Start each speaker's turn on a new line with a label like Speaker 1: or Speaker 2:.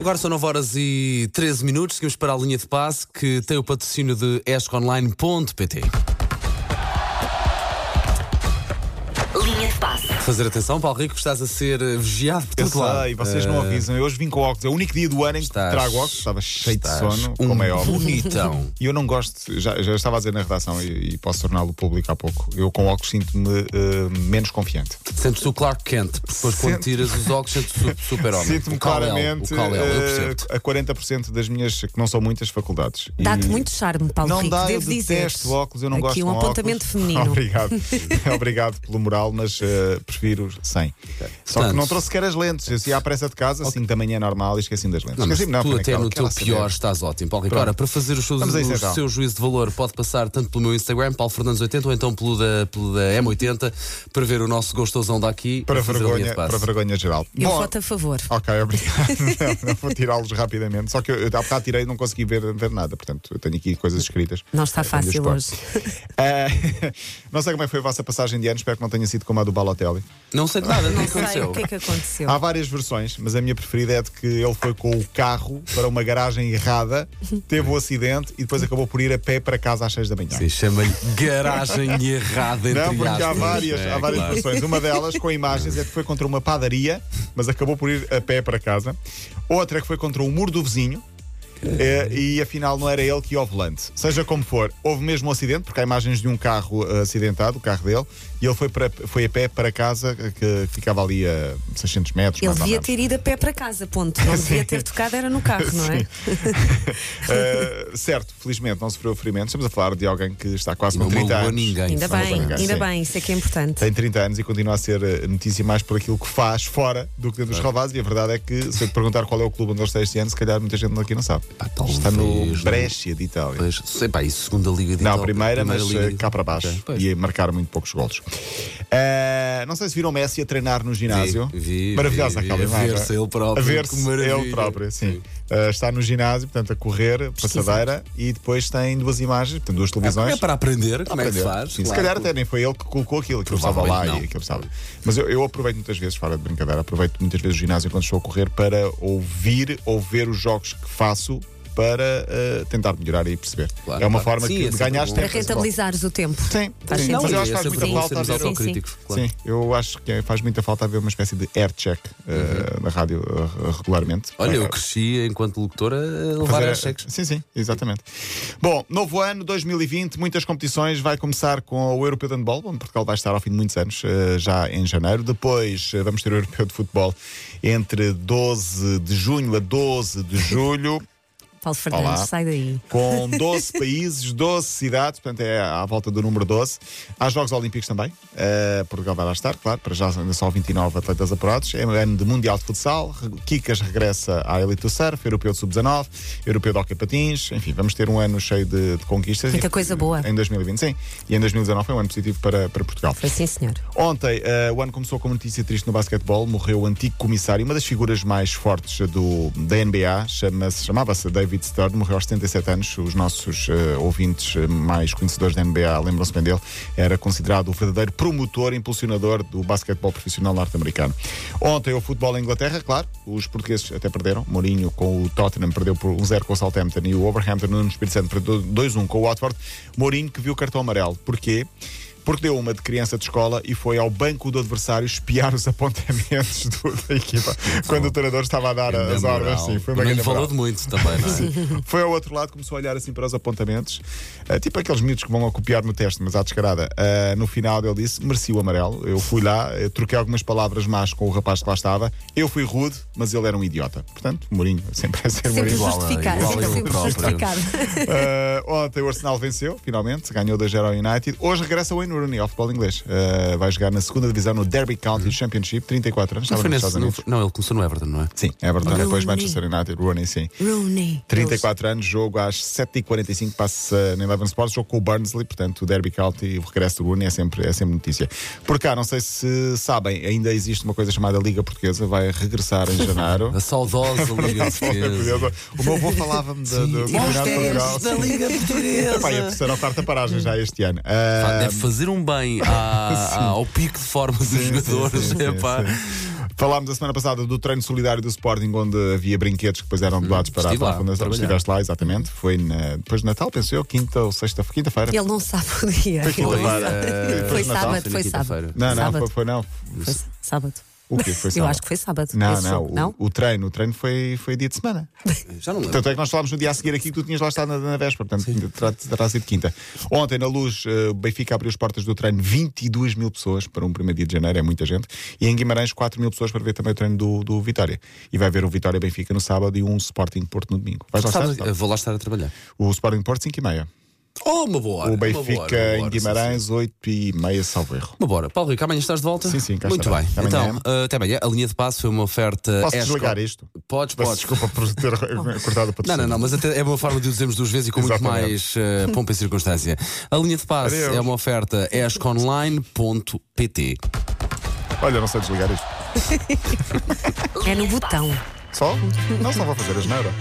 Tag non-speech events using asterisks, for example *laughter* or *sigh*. Speaker 1: Agora são 9 horas e 13 minutos, seguimos para a linha de passe que tem o patrocínio de esconline.pt.
Speaker 2: Linha de passe.
Speaker 1: Fazer atenção, Paulo Rico, estás a ser eh, vigiado por
Speaker 3: Eu
Speaker 1: todo lado. Eh,
Speaker 3: sei, vocês não avisam. Eu hoje vim com óculos. É o único dia do ano em que
Speaker 1: Estás-
Speaker 3: trago óculos. Estava cheio
Speaker 1: Estás
Speaker 3: de sono,
Speaker 1: um
Speaker 3: como é óbvio. *laughs*
Speaker 1: bonitão.
Speaker 3: E eu não gosto, já, já estava a dizer na redação e, e posso torná-lo público há pouco. Eu com óculos sinto-me eh, menos confiante.
Speaker 1: Sentes o Clark Kent, porque depois quando
Speaker 3: Sinto-
Speaker 1: tiras os óculos sentes o su- super-homem.
Speaker 3: Sinto-me
Speaker 1: O Kal-El,
Speaker 3: claramente
Speaker 1: O Kal-El, eu
Speaker 3: eh,
Speaker 1: percebo-te.
Speaker 3: a 40% das minhas, que não são muitas, faculdades. E-
Speaker 2: Dá-te muito charme, Paulo
Speaker 3: não
Speaker 2: Rico,
Speaker 3: dá,
Speaker 2: devo
Speaker 3: eu
Speaker 2: dizer.
Speaker 3: detesto óculos, eu não
Speaker 2: Aqui
Speaker 3: gosto de
Speaker 2: um apontamento
Speaker 3: óculos.
Speaker 2: feminino. *laughs*
Speaker 3: *laughs* Obrigado. Obrigado pelo moral, mas eh, prefiro sem. Só
Speaker 1: Portanto-
Speaker 3: que não trouxe sequer as lentes. Assim, à pressa de casa, 5 da manhã é normal e esqueci das lentes.
Speaker 1: Não, mas
Speaker 3: Esqueci-me, não,
Speaker 1: tu
Speaker 3: porque
Speaker 1: até
Speaker 3: aquela-
Speaker 1: no teu
Speaker 3: aquela saber.
Speaker 1: pior estás ótimo, Paulo Rico.
Speaker 3: Pronto.
Speaker 1: Ora, para fazer os seus,
Speaker 3: Vamos a isso,
Speaker 1: o
Speaker 3: então.
Speaker 1: seu juízo de valor, pode passar tanto pelo meu Instagram, Paulo Fernandes 80, ou então pelo da, pelo da M80, para ver o nosso gostosão daqui.
Speaker 3: Para
Speaker 1: e fazer a linha de
Speaker 3: vergonha,
Speaker 1: passe.
Speaker 3: para vergonha geral.
Speaker 2: Eu
Speaker 3: Bom,
Speaker 2: voto a favor.
Speaker 3: Ok, obrigado. *laughs* não, não vou tirá-los rapidamente. Só que eu, eu há bocado tirei e não consegui ver, ver nada. Portanto, eu tenho aqui coisas escritas.
Speaker 2: Não está
Speaker 3: Eh,
Speaker 2: fácil
Speaker 3: tenho os
Speaker 2: hoje.
Speaker 3: postos. *laughs* Eh, não sei como é que foi a vossa passagem de ano. Espero que não tenha sido como a do Balotelli.
Speaker 1: Não sei de nada, não
Speaker 2: Não sei
Speaker 1: aconteceu.
Speaker 2: o que é que aconteceu.
Speaker 3: Há várias versões, mas a minha preferida é de que ele foi com o carro para uma garagem errada, teve o acidente e depois acabou por ir a pé para casa às 6 da manhã.
Speaker 1: Sim, chama-lhe garagem
Speaker 3: *laughs*
Speaker 1: errada, entre
Speaker 3: Não, porque há
Speaker 1: aspas.
Speaker 3: várias,
Speaker 1: É,
Speaker 3: há várias
Speaker 1: claro.
Speaker 3: versões. Uma delas, com imagens, é que foi contra uma padaria, mas acabou por ir a pé para casa. Outra é que foi contra o muro do vizinho.
Speaker 1: É.
Speaker 3: eh, e afinal não era ele que ia ao volante. Seja como for, houve mesmo um acidente, porque há imagens de um carro eh, acidentado, o carro dele, e ele foi, para- foi a pé para casa, eh, que ficava ali a 600 metros.
Speaker 2: Ele
Speaker 3: mais ou
Speaker 2: devia
Speaker 3: menos.
Speaker 2: ter ido a pé para casa, ponto.
Speaker 3: *laughs*
Speaker 2: Não devia ter tocado, era no carro, não é?
Speaker 3: Eh, certo, felizmente não sofreu ferimentos. Estamos a falar de alguém que está quase
Speaker 1: Não
Speaker 3: com 30
Speaker 1: magoou
Speaker 3: anos.
Speaker 1: ninguém. Não
Speaker 2: Ainda bem,
Speaker 3: magoou
Speaker 2: ainda
Speaker 3: ninguém,
Speaker 2: bem, isso é que é importante.
Speaker 3: tem 30 anos e continua a ser eh, notícia mais por aquilo que faz fora do que dentro dos calvados. E a verdade é que, se eu te perguntar qual é o clube onde ele está este ano, se calhar muita gente aqui não sabe.
Speaker 1: Pá, Ah, talvez
Speaker 3: está no
Speaker 1: não.
Speaker 3: Brescia de Itália.
Speaker 1: Pois, sei, pá, isso segunda liga de
Speaker 3: Não, a
Speaker 1: Itália,
Speaker 3: primeira, mas
Speaker 1: Liga
Speaker 3: eh,
Speaker 1: de-
Speaker 3: cá para baixo.
Speaker 1: Ok, pois. É,
Speaker 3: E marcaram muito poucos golos. Eh, não sei se viram Messi a treinar no ginásio.
Speaker 1: vi,
Speaker 3: Maravilhosa
Speaker 1: vi, vi.
Speaker 3: aquela
Speaker 1: A
Speaker 3: imagem.
Speaker 1: ver-se ele próprio,
Speaker 3: A
Speaker 1: que
Speaker 3: ver-se
Speaker 1: maravilha.
Speaker 3: ele próprio, sim. Eh, está no ginásio, portanto, a correr, passadeira, e depois tem duas imagens, portanto, duas televisões.
Speaker 1: É para aprender como é que
Speaker 3: Aprendeu.
Speaker 1: faz.
Speaker 3: Sim,
Speaker 1: claro.
Speaker 3: Se calhar até nem foi ele que colocou aquilo, aquilo estava lá
Speaker 1: Provavelmente não.
Speaker 3: e aquilo estava. Mas eu, eu aproveito muitas vezes, fora de brincadeira, aproveito muitas vezes o ginásio quando estou a correr para ouvir ou ver os jogos que faço para eh, tentar melhorar e perceber.
Speaker 1: Claro,
Speaker 3: é uma
Speaker 1: claro.
Speaker 3: forma
Speaker 1: Sim,
Speaker 3: que
Speaker 1: é
Speaker 3: de
Speaker 1: sempre
Speaker 3: ganhar
Speaker 1: bom.
Speaker 2: Para
Speaker 3: tempo.
Speaker 2: rentabilizares o tempo.
Speaker 3: Sim,
Speaker 2: Faz
Speaker 3: sim,
Speaker 2: sentido.
Speaker 1: Não,
Speaker 3: mas eu acho
Speaker 1: e
Speaker 3: que
Speaker 1: é
Speaker 3: faz
Speaker 1: sempre
Speaker 3: muita
Speaker 1: bom
Speaker 3: falta
Speaker 1: sermos
Speaker 3: haver um
Speaker 2: sim, sim.
Speaker 1: autocríticos. claro.
Speaker 3: Sim, eu acho que faz muita falta haver uma espécie de air check eh, na rádio eh, regularmente.
Speaker 1: Uhum. Olha, eu
Speaker 3: Para-
Speaker 1: cresci enquanto locutora a levar
Speaker 3: Fazer-
Speaker 1: as cheques.
Speaker 3: Sim, sim, exatamente. Bom, novo ano 2020, muitas competições. Vai começar com o Europeu de Handball, onde Portugal vai estar ao fim de muitos anos, eh, já em janeiro. Depois eh, vamos ter o Europeu de Futebol entre 12 de junho a 12 de julho.
Speaker 2: Paulo Fernandes,
Speaker 3: Olá.
Speaker 2: sai daí.
Speaker 3: Com 12 países, 12 cidades, portanto é à volta do número 12. Há Jogos Olímpicos também, eh, Portugal vai lá estar, claro, para já ainda só 29 atletas apurados. É um ano de Mundial de Futsal, Re- Kikas regressa à Elite do Surf, Europeu de Sub-19, Europeu de Hockey Patins, enfim, vamos ter um ano cheio de, de conquistas.
Speaker 2: Muita
Speaker 3: E-
Speaker 2: coisa boa.
Speaker 3: Em 2020, sim. E em 2019 foi um ano positivo para, para Portugal.
Speaker 2: Foi sim, senhor.
Speaker 3: Ontem eh, o ano começou com uma notícia triste no basquetebol. Morreu o antigo comissário, uma das figuras mais fortes do, da NBA, chama-se- chamava-se David Stern, morreu aos 77 anos. Os nossos eh, ouvintes eh, mais conhecedores da NBA lembram-se bem dele. Era considerado o verdadeiro promotor e impulsionador do basquetebol profissional norte-americano. Ontem o futebol em Inglaterra, claro, os portugueses até perderam. Mourinho com o Tottenham perdeu por 1-0 com o Southampton e o Overhampton no Espírito Santo perdeu 2-1 com o Watford. Mourinho que viu o cartão amarelo. Porquê? porque deu uma de criança de escola e foi ao banco do adversário espiar os apontamentos do- da equipa quando o treinador estava a dar
Speaker 1: Grande
Speaker 3: as
Speaker 1: moral.
Speaker 3: ordens. Sim, foi uma
Speaker 1: Também lhe
Speaker 3: grande
Speaker 1: falou
Speaker 3: moral.
Speaker 1: de muito também,
Speaker 3: *laughs*
Speaker 1: não é?
Speaker 3: Foi ao outro lado, começou a olhar assim para os apontamentos, eh, tipo aqueles miúdos que vão a copiar no teste, mas à descarada. Eh, no final ele disse: mereci o amarelo. Eu fui lá, eu troquei algumas palavras más com o rapaz que lá estava. Eu fui rude, mas ele era um idiota. Portanto, Mourinho, sempre a ser
Speaker 2: Sempre
Speaker 3: Mourinho.
Speaker 1: igual a-
Speaker 2: justificado.
Speaker 1: igual a eu
Speaker 2: Sempre
Speaker 1: próprio.
Speaker 3: *laughs*
Speaker 2: justificado.
Speaker 3: Uh, ontem o Arsenal venceu, finalmente, ganhou da Geral United. Hoje regressa o Wayne Rooney ao futebol inglês. Uh, vai jogar na segunda divisão no Derby County Championship, 34 anos,
Speaker 1: Não
Speaker 3: estava
Speaker 1: Uhum. foi
Speaker 3: nos
Speaker 1: nesse-
Speaker 3: Estados
Speaker 1: não
Speaker 3: Unidos.
Speaker 1: foi- Não, ele começou no Everton, não é?
Speaker 3: Sim, é verdade.
Speaker 2: Rooney.
Speaker 3: Depois Manchester United, Rooney, sim.
Speaker 2: Rooney.
Speaker 3: 34 anos, jogo às 7h45, passa na Eleven Sports, jogo com o Barnsley, portanto o Derby County e o regresso do Rooney é sempre, é sempre notícia. Por cá, não sei se sabem, ainda existe uma coisa chamada Liga Portuguesa, vai
Speaker 1: *laughs*
Speaker 3: regressar em janeiro.
Speaker 1: A saudosa
Speaker 3: *laughs*
Speaker 1: Liga Portuguesa.
Speaker 3: o meu avô falava-me da- do Campeonato de Portugal.
Speaker 1: Monstros da Liga
Speaker 3: Epá, e a
Speaker 1: Portuguesa.
Speaker 3: terceira ou quarta paragem já este ano.
Speaker 1: Pá,
Speaker 3: Ah,
Speaker 1: Deve fazer um bem à- à- ao pico de forma dos
Speaker 3: sim,
Speaker 1: jogadores.
Speaker 3: sim, sim,
Speaker 1: epá.
Speaker 3: sim. Falámos a semana passada do treino solidário do Sporting, onde havia brinquedos que depois eram doados para,
Speaker 1: Hum, estive
Speaker 3: para a
Speaker 1: lá,
Speaker 3: Fundação.
Speaker 1: trabalhar.
Speaker 3: Estiveste lá, exatamente. Foi na- depois de Natal, pensou eu, quinta ou sexta, quinta-feira.
Speaker 2: Ele não sabe o dia.
Speaker 3: Foi
Speaker 2: Ele não
Speaker 3: quinta-feira.
Speaker 2: sabe.
Speaker 3: Depois de
Speaker 2: Foi
Speaker 1: foi
Speaker 2: sábado, foi
Speaker 3: Natal,
Speaker 1: na
Speaker 2: sábado.
Speaker 1: quinta-feira.
Speaker 3: Não, não,
Speaker 2: Sábado.
Speaker 3: foi, foi não.
Speaker 2: Foi sábado.
Speaker 3: O quê? Foi
Speaker 2: Eu
Speaker 3: sábado?
Speaker 2: acho que foi sábado.
Speaker 3: Não,
Speaker 2: esse
Speaker 3: não,
Speaker 2: jogo,
Speaker 3: o,
Speaker 2: não?
Speaker 3: o treino, o treino foi, foi dia de semana.
Speaker 1: Já não lembro.
Speaker 3: Tanto é que nós falámos no dia a seguir aqui que tu tinhas lá estado na, na véspera, portanto terá, terá sido quinta. Ontem, na luz, eh, o Benfica abriu as portas do treino 22 mil pessoas para um primeiro dia de janeiro, é muita gente. E em Guimarães, 4 mil pessoas para ver também o treino do, do Vitória. E vai ver o Vitória Benfica no sábado e um Sporting Porto no domingo. Vais lá estar?
Speaker 1: Sabes, eu vou lá estar a trabalhar.
Speaker 3: O Sporting Porto, 5 e meia.
Speaker 1: Oh, uma boa hora.
Speaker 3: O
Speaker 1: uma boa hora, uma boa
Speaker 3: Benfica em
Speaker 1: hora, sim, sim.
Speaker 3: Guimarães, 8 e meia, salvo erro.
Speaker 1: Uma boa hora. Paulo Rico, amanhã estás de volta?
Speaker 3: Sim, sim, cá
Speaker 1: Muito
Speaker 3: estarei.
Speaker 1: bem.
Speaker 3: Até
Speaker 1: então,
Speaker 3: amanhã.
Speaker 1: eh, até amanhã. A linha de passo foi uma oferta.
Speaker 3: Posso
Speaker 1: Esco.
Speaker 3: desligar isto?
Speaker 1: É Podes,
Speaker 3: Peço
Speaker 1: podes.
Speaker 3: desculpa por ter *laughs* cortado a patrocínio.
Speaker 1: Não, não, não, mas até é uma forma de o dizermos duas vezes e com muito
Speaker 3: Exatamente.
Speaker 1: mais eh, pompa e circunstância. A linha de passe
Speaker 3: Adeus.
Speaker 1: é uma oferta esconline.pt.
Speaker 3: Olha, não sei desligar isto.
Speaker 2: É no botão.
Speaker 3: Só? Não, só vou fazer asneira.